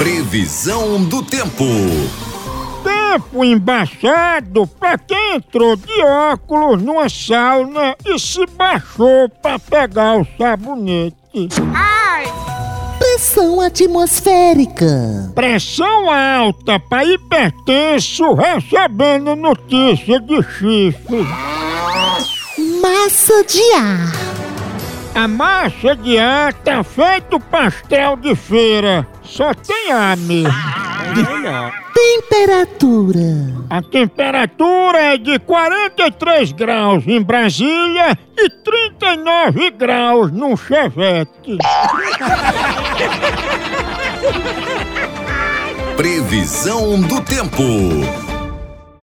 Previsão do tempo. Tempo embaçado pra quem entrou de óculos numa sauna e se baixou pra pegar o sabonete. Pressão atmosférica. Pressão alta pra hipertenso recebendo notícia de chifre. Massa de ar. A massa de ar tá feito pastel de feira. Só tem ar mesmo. Temperatura. A temperatura é de 43 graus em Brasília e 39 graus num chevette. Previsão do tempo.